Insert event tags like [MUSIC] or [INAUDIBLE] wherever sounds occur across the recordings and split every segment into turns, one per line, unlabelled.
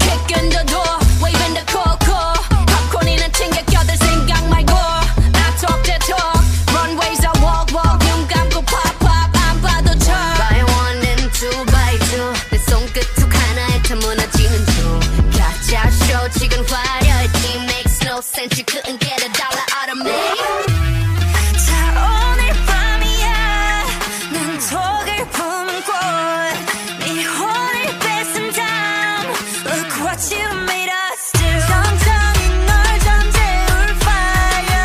Kicking the door, waving the call. 팝콘이나 챙겨 껴들 생각만 고. I talk the talk, runways I walk walk. 눈 감고 pop pop, 안 봐도 쳐.
Buy one and two, buy two. 내 손끝 툭 하나에 다 무너지는 중. 가짜 쇼 지금 화려했지. Makes no sense. You couldn't get a dollar out of me.
자 오늘 밤이야, 난 독을 품고. 네 혼을 뺏은 다음, look what you made us do. 점점 널 잠재울 fire.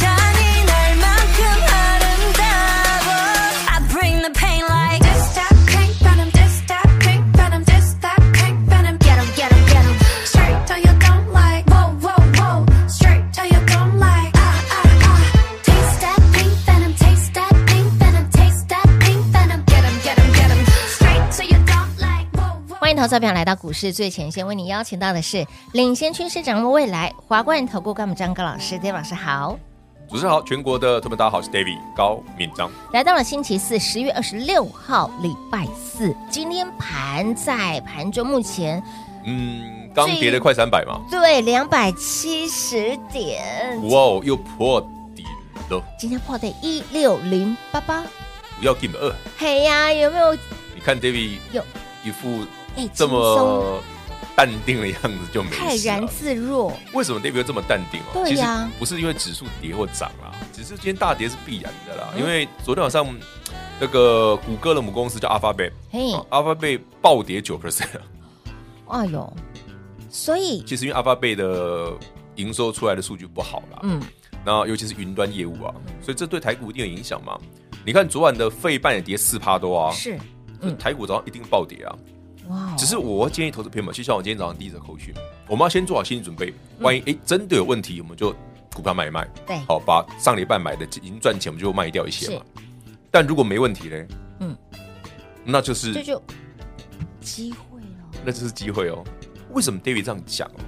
잔이 날만큼 아름다워 I bring the pain like This that crank bottom, this that crank bottom, this that crank bottom Get 'em, get 'em, get 'em Straight till you don't like Whoa, whoa, whoa Straight till you don't like Ah, ah, ah Taste that pink venom, taste that pink venom, taste that pink venom Get 'em, get 'em, get 'em Straight till you don't like Whoa, whoa
欢迎投资者朋友来到股市最前线，为你邀请到的是领先趋势、掌握未来华冠投顾干部张高老师，David 老师好。
主持人好，全国的特们大家好，我是 David 高敏章。
来到了星期四，十月二十六号，礼拜四。今天盘在盘中目前
嗯，刚跌了快三百嘛，
对两百七十点，
哇哦，又破底了，
今天破的一六零八八。
不要 game 二。
嘿呀，有没有？
你看 David
有
一副
哎，
这
轻
么淡定的样子就没
松泰
事
然
了。
自若，
为什么 David 又这么淡定哦？
对呀
其实不是因为指数跌或涨啦，只是今天大跌是必然的
嗯
啦。因为昨天晚上那个谷歌的母公司叫 Alphabet，
嘿，
啊 Alphabet 暴跌九 percent。啊
哎呦，所以
其实因为 Alphabet 的营收出来的数据不好啦，
嗯，
那尤其是云端业务啊，所以这对台股一定有影响嘛。你看昨晚的费半也跌四趴多啊，
是嗯
所以台股早上一定暴跌啊。
哇哦，
只是我建议投资朋友们，就像我今天早上第一则口讯，我们要先做好心理准备，万一哎真的有问题，我们就股票卖一卖，
嗯对
好把上礼拜买的已经赚钱，我们就卖掉一些嘛。但如果没问题嘞，
嗯
嗯，那就是
这就机会了。
那就是机会哦。为什么 David 这样讲哦？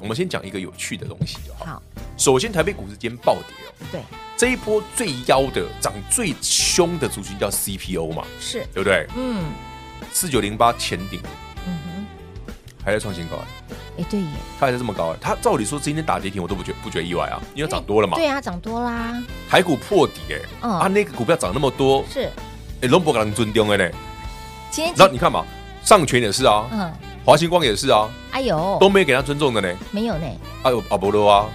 我们先讲一个有趣的东西哦就好。
好，
首先，台北股市今天暴跌哦，
对，
这一波最妖的、涨最凶的族群叫 CPO 嘛，
是，
对不对？
嗯
四九零八前顶
嗯哼，
还在创新高哎，
哎，对耶，
它还在这么高哎，它照理说今天打跌停我都不觉不觉得意外啊，因为涨多了嘛，
对啊，涨多啦，
台股破底哎、
嗯
啊那个股票涨那么多，
是，
哎龙博港尊重哎嘞，
今天
然后你看嘛，上权也是啊，
嗯，
华星光也是啊，
哎呦，
都没给他尊重的呢，
没有呢，
还有阿波罗啊，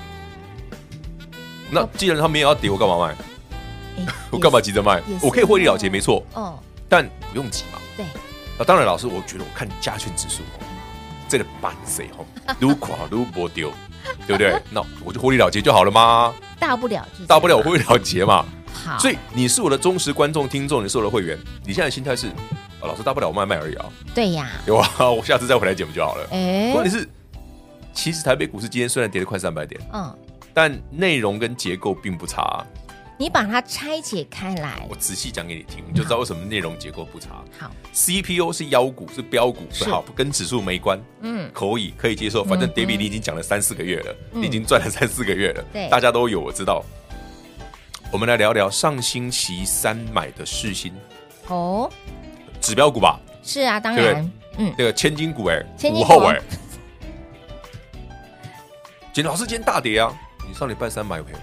那
哦
既然他没有要跌，我干嘛卖？
哎
我 [LAUGHS] 干嘛？急着卖
也？是
我可以获利了结没错，
也是哦，
但不用急嘛。
对，
那当然，老师，我觉得我看加权指数，哦这个板谁吼， [LAUGHS] 如垮如波丢，对不
[LAUGHS]
对？那我就获利了结就好了嘛，
大不了就是啊
大不了我获利了结嘛。
好，
所以你是我的忠实观众、听众，你是我的会员，你现在心态是，啊，老师大不了我卖卖而已啊，
对呀，
有啊， [LAUGHS] 我下次再回来捡不就好了？
哎，
问题是，其实台北股市今天虽然跌了快三百点，
嗯，
但内容跟结构并不差啊、
你把它拆解开来
我，仔细讲给你听，你就知道为什么内容结构不差。
好，
CPU 是妖股，是标股，
是
是好，跟指数没关，
嗯，
可以可以接受。反正
嗯
David 你已经讲了三四个月了，
嗯
你已经赚了三四个月了，
对
大家都有，我知道。我们来聊聊上星期三买的世新
哦，
指标股吧，
是啊，当
对不对
然，嗯，
那个千金股哎、
千金
午
股啊
后哎、简老师今天大跌啊！你上礼拜三买有赔，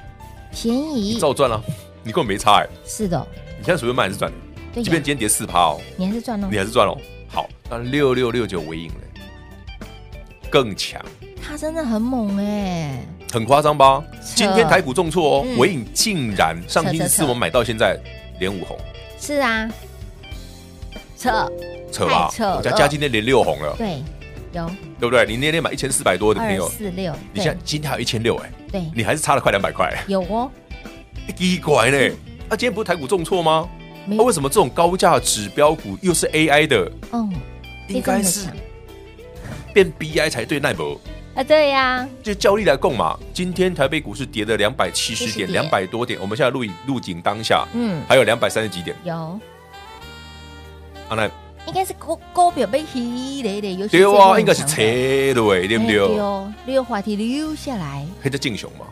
便宜
你，照赚了、啊你根本没差哎、
是的，
你现在随便买还是赚的，
对
即便
呀
今，天跌四趴哦，
你还是赚了
你，还是赚了。好，那六六六九尾影嘞，更强，
它真的很猛哎，
很夸张吧？今天台股重挫哦，
嗯
尾影竟然上星期
扯扯扯
四我们买到现在连五红，
是啊，
啊
扯，
扯吧
太扯了？
我家家今天连六红了，
对，有
对不对？你那天买一千四百多的朋
二
友，
四六，
你现
对
在今天还有一千六哎，
对，
你还是差了快两百块， [LAUGHS]
有哦，
奇怪嘞！啊，今天不是台股重挫吗？
嗯没
啊，
有
为，什么这种高价指标股又是 AI 的，
嗯，
应该是
非常的强
变 BI 才对，奈博。
啊，对呀，
就照例来供嘛。今天台北股市跌了两百七十点，两
70
百多点。我们现在录影录景当下，
嗯，
还有两百三十几点。
有，
啊，那
应该是高高表被黑的的，尤其
对啊，应该是
车
车，对，对不哎对？
哦，溜滑梯溜下来。
可以再进熊嘛？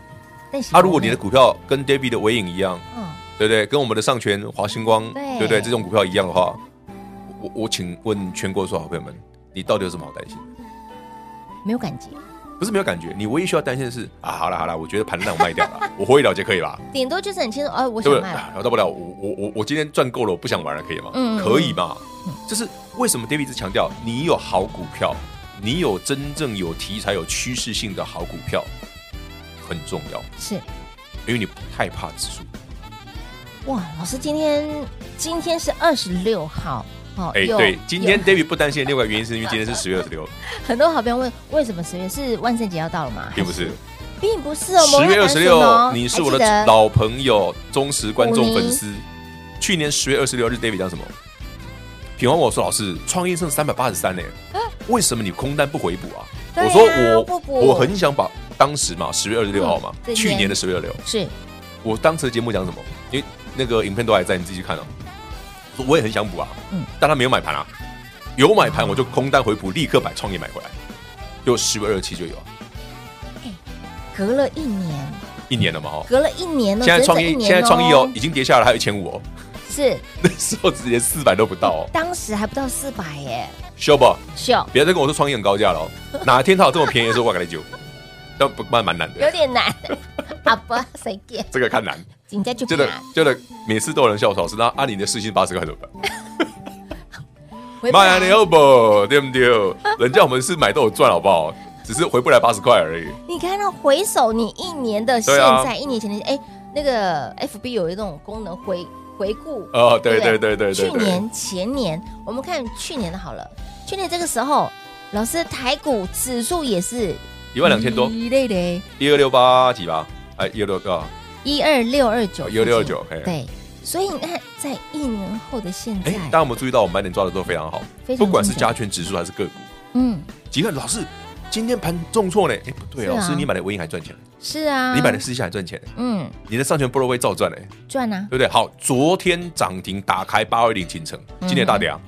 但是
啊，如果你的股票跟 David 的尾影一样，
嗯，
对不对？跟我们的上权、华星光，
对
对不对？这种股票一样的话，我我请问全国所有好朋友们，你到底有什么好担心？
没有感觉，
不是没有感觉，你唯一需要担心的是啊，好了好了，我觉得盘烂我卖掉了，我回了解可以吧？
顶多就是很清楚哦，我
对
想
不对？
卖了，
啊然后大不了我我我我今天赚够了，我不想玩了，可以吗？
嗯
可以嘛？就是为什么 David 一直强调，你有好股票，你有真正有题材、有趋势性的好股票很重要，
是
因为你不害怕指数。
哇，老师今天今天是二十六号，哦，
哎，
有
对，今天
有
David 不担心的另外一个原因是因为今天是十月二十六，
很多好朋友问为什么十月是万圣节要到了吗？
并不是
还，并不是哦，
十月二十六，
我们要赶什么
你是我的
还记得
老朋友、忠实观众、
虎尼
粉丝。去年十月二十六日，David 讲什么？品完我说老师，创意剩三百八十三呢，为什么你空单不回补啊？
啊对啊
我说
不补
我我很想把当时嘛，十月二十六号嘛，
嗯
去年的十月二六，
是
我当时的节目讲什么？因为那个影片都还在，你自己去看哦。我说我也很想补啊，
嗯
但他没有买盘啊，有买盘我就空单回补，立刻把创意买回来，就十月二十七就有啊，
隔了一年，
一年了嘛哈。
隔了一年哦了，
现在
整
创
整一
意
年
现在创意哦
哦，
已经跌下来还有一千五哦， [LAUGHS]
是
那时候直接四百都不到哦。
当时还不到四百耶，
秀宝，
秀
别再跟我说创意很高价了
[LAUGHS]
哦，哪天它有这么便宜的时候，我给你九，但不蛮蛮难
有
的，
点 [LAUGHS] 难，阿伯谁给？
这个看难。
人家就
真的
怕
真的，每次都有人笑我老师，那按你的四星八十块怎么办？
回不
卖啊
来
你。要不对不对？人家我们是买都有赚好不好？只是回不来八十块而已。
你看到回首你一年的现
对啊
在，一年前的哎，那个 FB 有一种功能回回顾
哦，对
对
对
不
对对对
去
对，
年、前年，我们看去年的好了。去年这个时候，老师台股指数也是
一万两千多，
一类的，
一二六八几吧？哎，一二六啊，
一二六二九，
12629嘿
对。所以你看，在一年后的现在
哎，，大家有没有注意到我们买点抓的都非常好
啊非常精，准
不管是加权指数还是个股。
嗯，
吉克老师，今天盘重挫呢？哎，不对，
是啊
老师你买的微影还赚钱，
是啊，
你买的私下还赚钱，
嗯
你的上权波罗威照赚嘞，
赚啊
对，不对？好，昨天涨停打开八二零秦城，
嗯
今年大跌啊，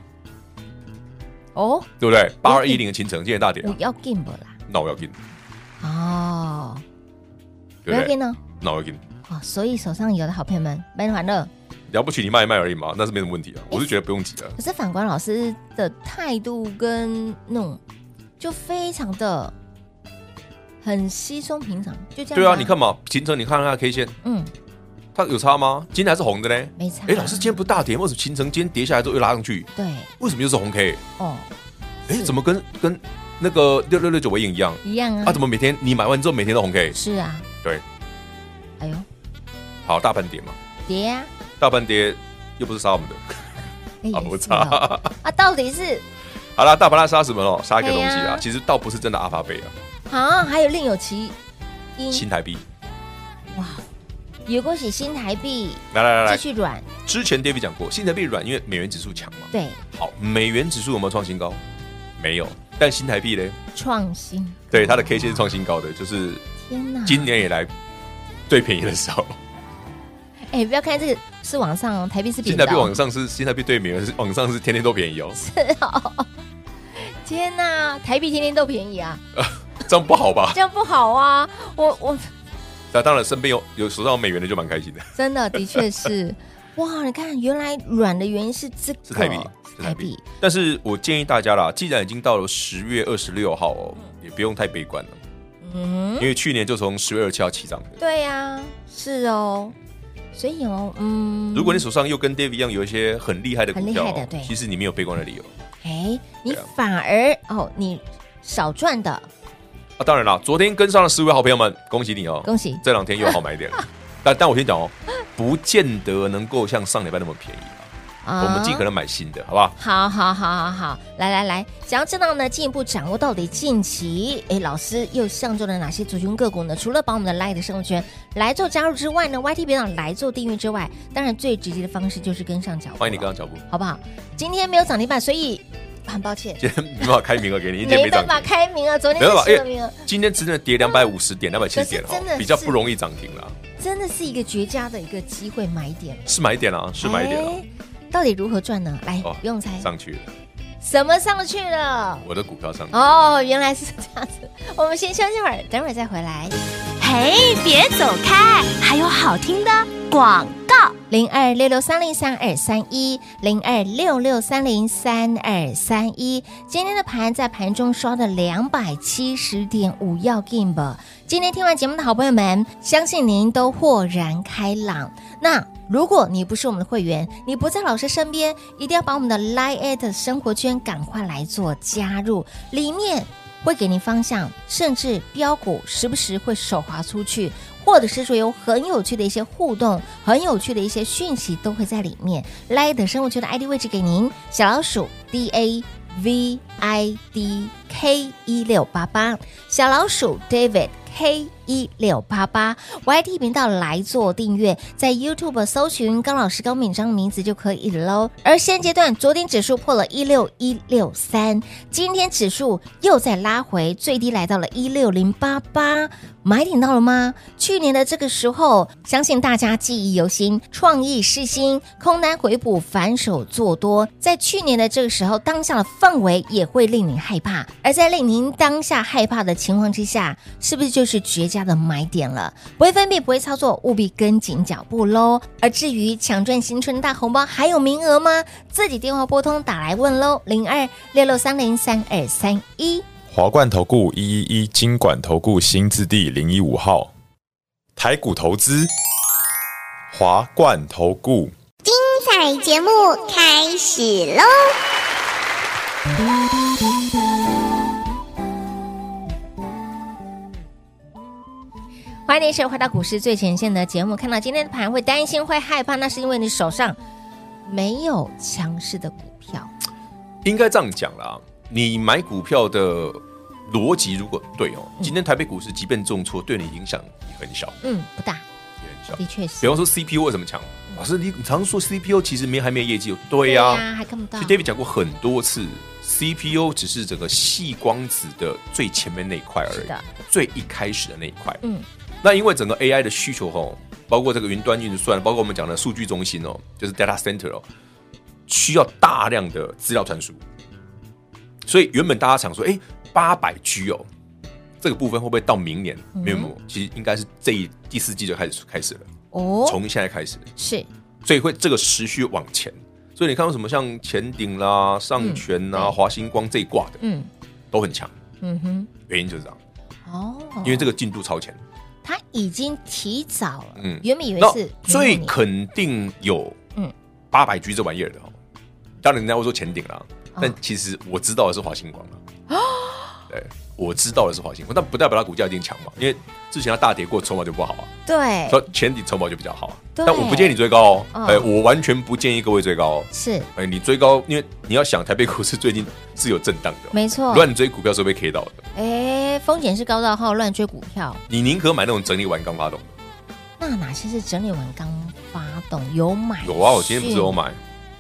哦，
对不对？八二一零的秦城今年大跌啊
我，要 game 啦，
那我要进，
哦，我
对
要
不对？
game 呢，
那我要进，
哦，所以手上有的好朋友们，买完了。
了不起你卖一卖而已嘛，那是没什么问题啊，
哎
我是觉得不用急啊。
可是反观老师的态度跟那种，就非常的很稀松平常，就这样。
对啊，你，看嘛，秦城你看看它的 K 线，
嗯，
它有差吗？今天还是红的呢。
没差。
哎，老师今天不大跌，为什么秦城今天跌下来之后又拉上去？
对
为什么又是红 K？
哦，
哎，
是
怎么跟跟那个六六六九微影一样？
一样啊，
啊，怎么每天你买完之后每天都红 K？
是啊，
对，
哎呦，
好，大盘跌嘛，
别啊，
大盘跌又不是杀我们的。
哎
啊
[LAUGHS] 也
不
是哦
差。
啊，到底是
[LAUGHS] 好啦，大盘拉杀什么哦？杀一个东西
对
啊
啊，
其实倒不是真的阿法贝啊，
啊，还有另有其因，
新台币。
有恭喜新台币
来来来
继
来，
续软，
之前 David 讲过，新台币软，因为美元指数强嘛。
对，
好，美元指数有没有创新高？没有，但新台币呢？
创新，
对，它的 K 线是创新高的，就是
天哪！
今年以
嗯
来最便宜的
[LAUGHS]
时候。
哎，不要看这个是往上哦，台币是比
新台币往上是新台币对美元是往上是天天都便宜哦，
天哪，台币天天都便宜啊，
这样不
[LAUGHS]
好吧？
这样不好啊！我我
那当然，身边有有手上有美元的就蛮开心的，
真的的确
[LAUGHS]
是，哇！你看，原来软的原因哦是这个
是台币，是台币。但是我建议大家啦，既然已经到了十月二十六号哦，也不用太悲观了，
嗯，
因为去年就从十月二十七号起涨的。
对呀、是哦。所以哦，嗯，
如果你手上又跟 David 一样有一些很厉害的股票
很厉害的
哦
对，
其实你没有悲观的理由
哎，你
对啊
反而哦，你少赚的，
啊。当然啦，昨天跟上了十位好朋友们，恭喜你哦，
恭喜
这两天又好买一点了。
[LAUGHS]
但但我先讲哦，不见得能够像上礼拜那么便宜啊
啊
我们尽可能买新的，好不好？
好好好好好，来来来，想要知道呢，进一步掌握到底近期，哎，老师又上周了哪些族群个股呢？除了把我们的 Light 的生活圈来做加入之外呢，YT 别档来做订阅之外，当然最直接的方式就是跟上脚步了， [LAUGHS]
欢迎你跟上脚步。
好不好？今天没有涨停板，所以很抱歉，
今天没办法开名额给你，今天
没
没涨
办法
停，
开名啊额，昨天
没办法，
是的
因
名
为
额，
今天真的跌两百五十点、两百七
可
十
是
点
真的
哦，比较
是
不容易涨停了，
真的是一个绝佳的一个机会买点，
是买点啊，是买点啊，
哎到底如何赚呢？来，
哦
不用猜，
上去了，
什么上去了？
我的股票上去了，
哦，原来是这样子。我们先休息会儿，等会儿再回来。
嘿，别走开，还有好听的广告。
零二六六三零三二三一，零二六六三零三二三一。今天的盘在盘中刷的两百七十点五，要 game 今天听完节目的好朋友们，相信您都豁然开朗。那如果你不是我们的会员，你不在老师身边，一定要把我们的 Line at 生活圈赶快来做加入，里面会给您方向，甚至标股时不时会手滑出去，或者是说有很有趣的一些互动，很有趣的一些讯息都会在里面。Light 生活圈的 ID 位置给您，小老鼠 D A V I D K 一六八八，小老鼠 David K 一六八八，YT 频道来做订阅，在 YouTube 搜寻高老师高敏章的名字就可以喽。而现阶段，昨天指数破了一六一六三，今天指数又再拉回，最低来到了一六零八八，买点到了吗？去年的这个时候，相信大家记忆犹新，创意是新，空单回补，反手做多，在去年的这个时候，当下的氛围也会令您害怕，而在令您当下害怕的情况之下，是不是就是绝佳的买点了？不会分辨，不会操作，务必跟紧脚步喽。而至于抢赚新春大红包还有名额吗？自己电话拨通打来问喽，零二六六三零三二三一。
华冠投顾一一一金管投顾新字第零一五号，台股投资，华冠投顾。
彩节目开始喽！
欢迎您收回到股市最前线的节目。看到今天的盘会担心会害怕，那是因为你手上没有强势的股票。
应该这样讲啦，你买股票的逻辑如果对哦，今天台北股市即便重挫，对你影响也很小，
嗯，不大，
也很小。
的确
比
是。
方说 CPU 为什么强？老师，你你常说 CPU 其实没还没有业绩，哦对呀、
对呀还看不到
其实 David 讲过很多次，CPU 只是整个细光子的最前面那一块而
是
已
的，
最一开始的那一块。
嗯，
那因为整个 AI 的需求吼，包括这个云端运算，包括我们讲的数据中心哦，就是 data center 哦，需要大量的资料传输。所以原本大家想说，哎、8八百 G 哦，这个部分会不会到明年？没有没有，
嗯
其实应该是这一第四季就开始开始了，
哦，
从现在开始。
是
所以会这个持续往前。所以你看到什么像前鼎啦、上泉啦、华星光这一挂的
嗯
都很强，
嗯哼，
原因就是这样，
哦，
因为这个进度超前。
它已经提早了。
嗯
原本以为
那
是
最
明年
肯定有
嗯
八百 G 这玩意儿的哦，当然人家会说前鼎啦，
哦
但其实我知道的是华星光啦。对，我知道的是华星光，但不代表它股价一定强嘛，因为之前它大跌过，筹码就不好啊，
对
说前鼎筹码就比较好啊。
对
但我不建议你追高哦，
哦
哎，我完全不建议各位追高哦。
是
哎，你追高，因为你要想台北股市最近是有震荡的哦，
没错。
乱追股票是会被 K 到的。
哎，风险是高到号乱追股票，
你宁可买那种整理完刚发动的。
那哪些是整理完刚发动有买？
有啊，我今天不是有买，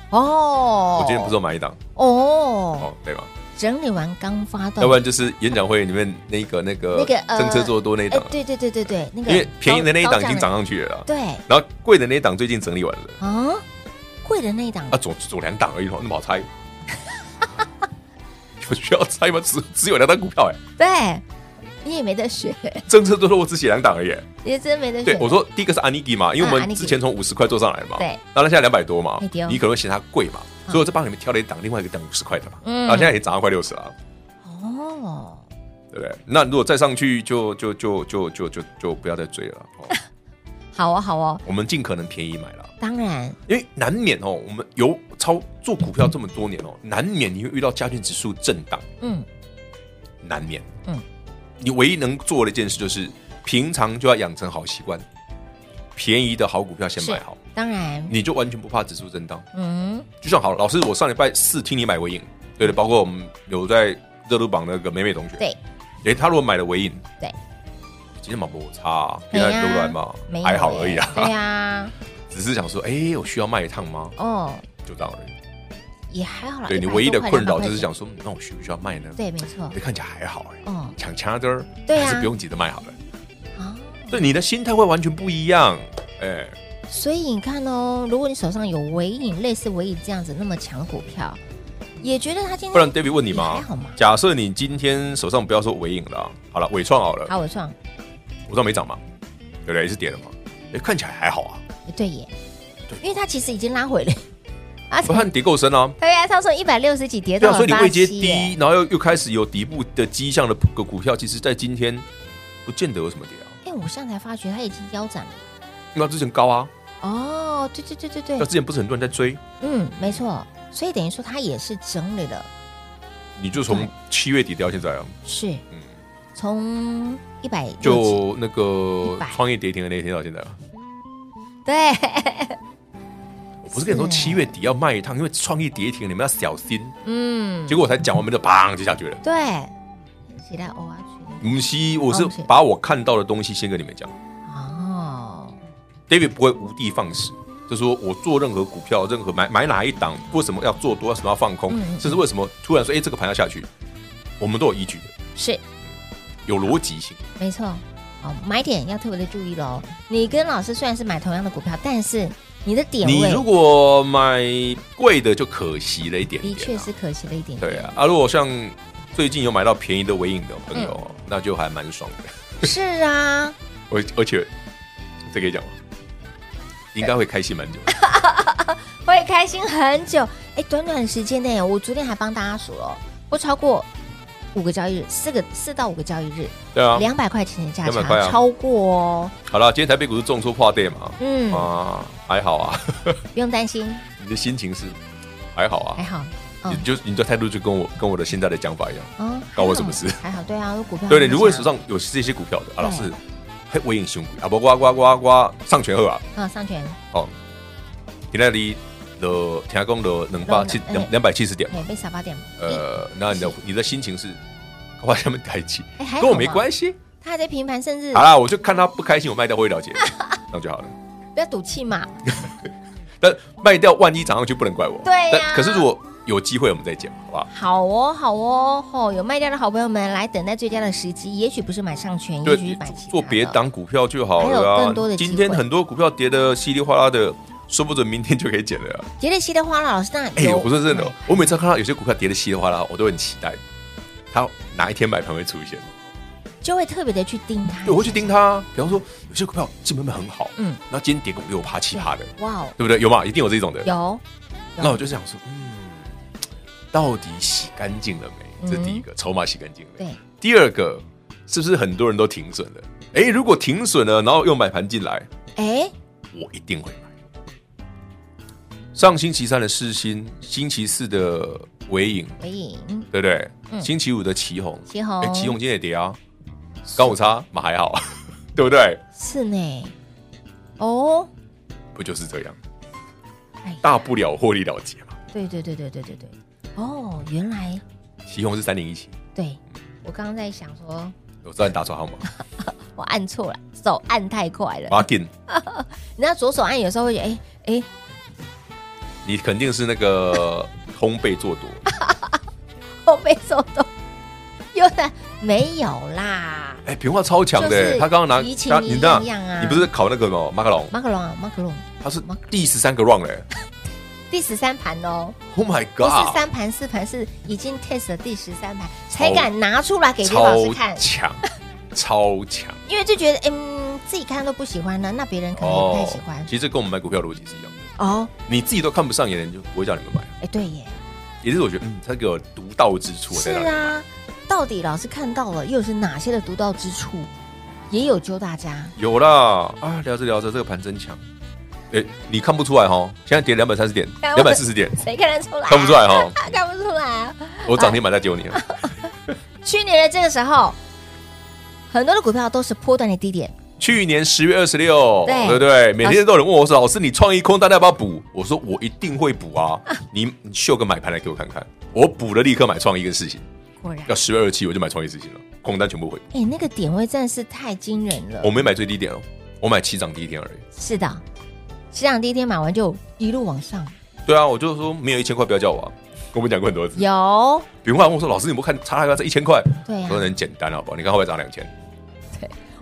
哦，
我今天不是有买一档
哦，
哦，对吧？
整理完刚发动，
要不然就是演讲会里面那个那个
那个呃
政策做多那一
哎
档，，
对对对对对，那个
因为便宜的那一档已经
高
涨上去了啦
高，价的，
然后贵的那一档最近整理完了
对啊，贵的那一档
啊，走走两档而已哦，那么好
[LAUGHS]
猜？有需要猜吗？只只有两档股票哎，
对，你也没得选， [LAUGHS]
政策做多我只写两档而已哎。
也真没得选
对，。我说第一个是 Aniki 嘛，因为我
啊
们
，Aniki
之前从五十块做上来嘛，
对
那它现在两百多嘛
哎对哦，
你可能会嫌它贵嘛，所以我就帮你们挑了一档，另外一个档五十块的嘛，
嗯
然后现在也涨到快六十了，
哦，
对不对？那如果再上去就，就就就就就就不要再追了，
[LAUGHS]
哦
好哦，好哦，
我们尽可能便宜买了，
当然
因为难免哦，我们有操做股票这么多年哦，难免你会遇到加权指数震荡，
嗯，
难免，
嗯，
你唯一能做的一件事就是平常就要养成好习惯，便宜的好股票先买好，
当然，
你就完全不怕指数震荡。
嗯，
就像好，老师，我上礼拜四听你买尾影，对的，包括我们有在热度榜那个美美同学，
对，
诶，他如果买了尾影，
对，
今天嘛不差、啊，
没
因
啊
为都来嘛
没，有
还好 [LAUGHS] 而已
哎对
啊，
呀，
只是想说，哎、我需要卖一趟吗？
哦，
就这样而已。
也啊还好啦。
对
100
你
多
唯一的
块
困扰
200
就是
块
想说，嗯那我需不需要卖呢？
对，没错
这看起来还好哎、
嗯
抢掐的儿，
对啊
还是不用急着卖好了。
啊。
对，你的心态会完全不一样，哎、
所以你看哦，如果你手上有尾影，类似尾影这样子那么强的股票，也觉得它今天
不然 David 问你
也还
嘛
好嘛，
假设你今天手上不要说尾影了啊，好了，伟创好了，
好，我创，
我知道没涨嘛，对不对？也是跌了嘛，哎，看起来还好啊，
对耶，因为它其实已经拉
[LAUGHS]
回了，而且
我看跌够深啊，
对呀，它从一百六十几跌
对
到
啊，所以你
187
位阶
耶
低，，然后又又开始有底部的迹象的个股票，其实在今天不见得有什么跌啊，
哎，我现在才发觉它已经腰斩了。
因为它之前高啊，
哦，对对对对
那
对，
之前不是很多人在追，
嗯，没错，所以等于说它也是整理了，
你就从
对
七月底跌到现在啊，
是
嗯，
从一百
就那个
100
创业跌停的那天到现在啊，
对，
我不是跟你说
是欸
七月底要卖一趟，因为创业跌停，你们要小心，
嗯，
结果我才讲完，我们就砰就下去了。
对，期待 O R 去
不是，我是
哦不是
把我看到的东西先跟你们讲。
哦，
David 不会无的放矢，就说我做任何股票，任何买买哪一档，为什么要做多，为什么要放空，
嗯
甚至为什么突然说，哎、这个盘要下去，我们都有依据的，
是
有逻辑性。
没错，哦，买点要特别的注意喽。你跟老师虽然是买同样的股票，但是你的点
你
位
如果买贵的，就可惜了一点
的
点、啊。
确是可惜了一点点，
对啊，啊，如果像最近有买到便宜的尾影的朋友，
嗯
那就还蛮爽的。 [LAUGHS]
是啊，
而而且这可以讲吗？应该会开心蛮久的。
[LAUGHS] 会开心很久。哎，短短的时间内，我昨天还帮大家数了，不超过五个交易日，四个四到五个交易日，
对啊，
两百块钱的价
200块
差
啊
超过哦，
好了，今天台北股市重挫破跌嘛，
嗯，
啊，还好啊，
不用担心，
你的心情是还好
还
啊，
好，
你
嗯，
就你的态度就跟我跟我的现在的讲法一样。
哦，
搞我
还好
什么事
[LAUGHS] 还好，对啊，有股票
对的，
还没
如果
涨
手上有这些股票的啊，老师
对，
嘿，我影熊股啊，不呱呱呱呱上全后啊，
啊上权，
哦，你那里的天公的能八七
哎
两两百七十点嘛，
哎，被傻八点，
呃，那你的你的心情是哇，他们抬起，
哎，还
跟我
好
没
嘛，
关系。
他还在平盘，甚至
好啦，我就看他不开心，我卖掉我会了解，这样就好了。
不要赌气嘛，
但卖掉万一涨上去不能怪我，
对呀
但可是如果有机会我们再讲，好不好？
好哦，好哦，吼、有卖掉的好朋友们来等待最佳的时机，也许不是买上权，也许
对
是买其他，的
做别档股票就好了
还有
啊
更多的。机会
今天很多股票跌的稀里哗啦的，说不准明天就可以减了啊。
杰里西的花了，老师那
哎、
有
我说真的哦，我每次看到有些股票跌的稀里哗啦，我都很期待它哪一天买盘会出现。
嗯就会特别的去盯它。
对，我会去盯它啊。比方说，有些股票基本面很好，
嗯
嗯，那今天跌个五六趴七趴的，
哇哦，
对不对？有嘛？一定有这种的。
有
那我就想说，嗯，到底洗干净了没？这是第一个，筹码洗干净了
嗯
没
对。
第二个，是不是很多人都停损了？哎、如果停损了，然后又买盘进来，
哎，
我一定会买。上星期三的世新，星期四的尾影，
尾影
对不对？
嗯
星期五的旗红，
旗红
哎，旗红今天也跌啊，刚午差嘛还好， [LAUGHS] 对不对？
是呢，哦，
不就是这样，
哎呀，
大不了获利了结嘛。
对对对对对对对，哦，原来
旗红是三零一七，
对我刚刚在想说，
我知道你打
[LAUGHS]
错号码，
我按错了，手按太快了，
马丁，
你知道左手按有时候会觉得，哎哎，
你肯定是那个
[LAUGHS]
烘焙做多，
后背手抖，有的没有啦，
哎，平话超强
就是
的，他刚刚拿
提琴
他
一
你那
样啊，
你不是考那个吗？马卡龙，
马克龙啊，马克龙，
他是第十三个 round 嘞
第十三盘哦。
，Oh my
不是
god，
三盘四盘，是已经 test 了第十三盘，才敢拿出来给刘老师
超
看，
强，超
[LAUGHS]
强
因为就觉得嗯自己看都不喜欢呢，那别人可能也不太喜欢
哦其实这跟我们买股票逻辑是一样的，
哦。
你自己都看不上眼的，你就不会叫你们买。啊
哎，对耶，
也是我觉得，嗯，他给我独到之处，我
是
在那里。
啊，到底老师看到了又是哪些的独到之处，也有揪大家。
有啦，啊，聊着聊着，这个盘真强。哎、你看不出来哈，现在跌两百三十点，两百四十点，
谁看得出来？啊
看不出，
[LAUGHS]
来哈。
看不出来啊！
我涨停板在丢你
[LAUGHS]
了，
去年的这个时候，很多的股票都是波段的低点，
去年十月二十六，
对
对不对？每天都有人问我说：“老师，你创意空单要不要补？”我说：“我一定会
[LAUGHS]
补啊！你你秀个买盘来给我看看。”我补了，立刻买创意跟事情。
果然，
要十月二十七，我就买创意事情了，空单全部回。
哎，那个点位真的是太惊人了
我。没买最低点哦，我买起涨第一天而已。
是的，市场第一天买完就一路往上，
对啊，我就说没有一千块不要叫我、啊，我们讲过很多次。
有
比方跟我说，老师，你不看差价这一千块，
对啊呀
我说很简单，好不好？你看后来涨两千，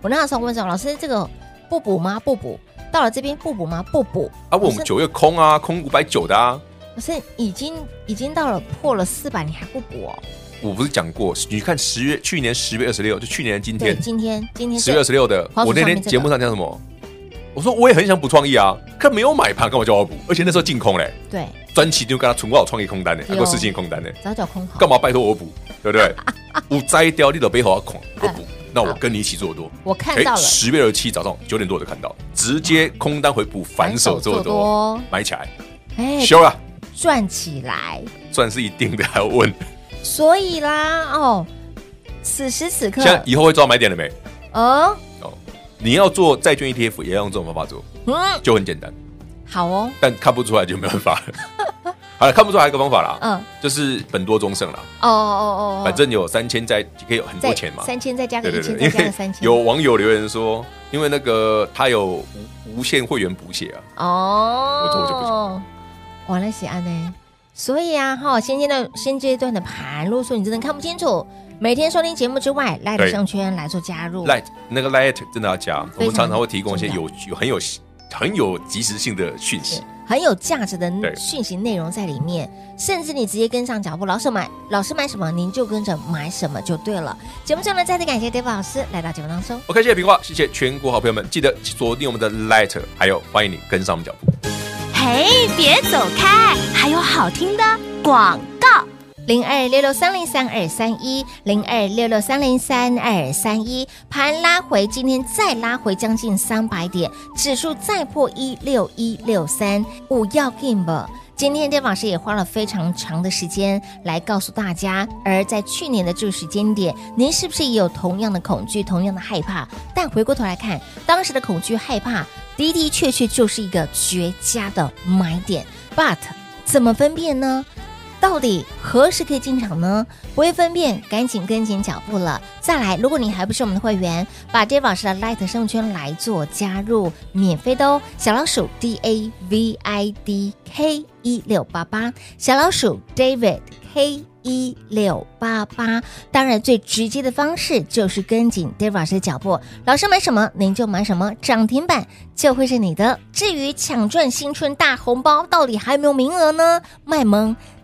我那时候问说，老师这个不补吗？不补。到了这边不补吗？不补。
啊，问我们九月空啊，空五百九的啊，
可是已经已经到了破了四百，你还不补哦？
我不是讲过，你看十月去年十月二十六，就去年今
对，
天
哦今天今天
十月二十六的，
黄
我
鼠
那
上面
天
这个
节目上讲什么？我说我也很想补创意啊，可没有买盘，干嘛叫我补？而且那时候净空嘞，
对，
专期就跟他存过好创意空单呢，还
有
有四星空单呢，
早脚空好。
干嘛拜托我补？
[LAUGHS]
对不对？我摘掉你的背后要空，我补，那我
哎好
跟你一起做多。哎
我看到了
十月二十七早上九点多我就看到，直接空单回补，反手做
反手做多
多，买起来，
哎，
修了，
转起来。
赚是一定的，还要问？
所以啦，哦，此时此刻
现，在以后会知道买点了没？
哦，
哦，你要做债券 ETF 也要用这种方法做，
嗯，
就很简单，
好哦，
但看不出来就没办法了。
[LAUGHS]
好了，看不出来还有一个方法啦，
嗯，
就是本多终胜啦，
哦哦哦，
反正有三千在，可以有很多
再
钱嘛。
三千再加个
对对
一千，再
对，
加
因
个
为
三千，
有网友留言说，因为那个他有无无限会员补血啊，
哦，
我就我就不
完了，喜安呢？所以啊，哈，现阶段现阶段的盘，如果说你真的看不清楚，每天收听节目之外，赖的
对
项圈来做加入，
light 那个 light 真的要加，我
非
们
常
常常会提供一些
重要
有有很有很有及时性的讯息。
很有价值的
对
讯息内容在里面，甚至你直接跟上脚步，老师买老师买什么，您就跟着买什么就对了。节目最后呢，再次感谢 David 老师来到节目当中。
OK，谢谢平话，谢谢全国好朋友们，记得锁定我们的 light，还有欢迎你跟上我们脚步。
嘿，别走开，还有好听的广告。
零二六六三零三二三一，零二六六三零三二三一，盘拉回，今天再拉回将近三百点，指数再破一六一六三，五要 game。今天 d a 老师也花了非常长的时间来告诉大家，而在去年的这个时间点，您是不是也有同样的恐惧、同样的害怕？但回过头来看，当时的恐惧、害怕，的的确确就是一个绝佳的买点。But 怎么分辨呢？到底何时可以进场呢？不会分辨，赶紧跟紧脚步了。再来，如果你还不是我们的会员，把 Dave 老师的 Light 生物圈来做加入，免费的哦。小老鼠 D A V I D K 一六八八，小老鼠 David K 一六八八。当然，最直接的方式就是跟紧 Dave 老师的脚步，老师买什么您就买什么，涨停板就会是你的。至于抢赚新春大红包，到底还有没有名额呢？卖萌。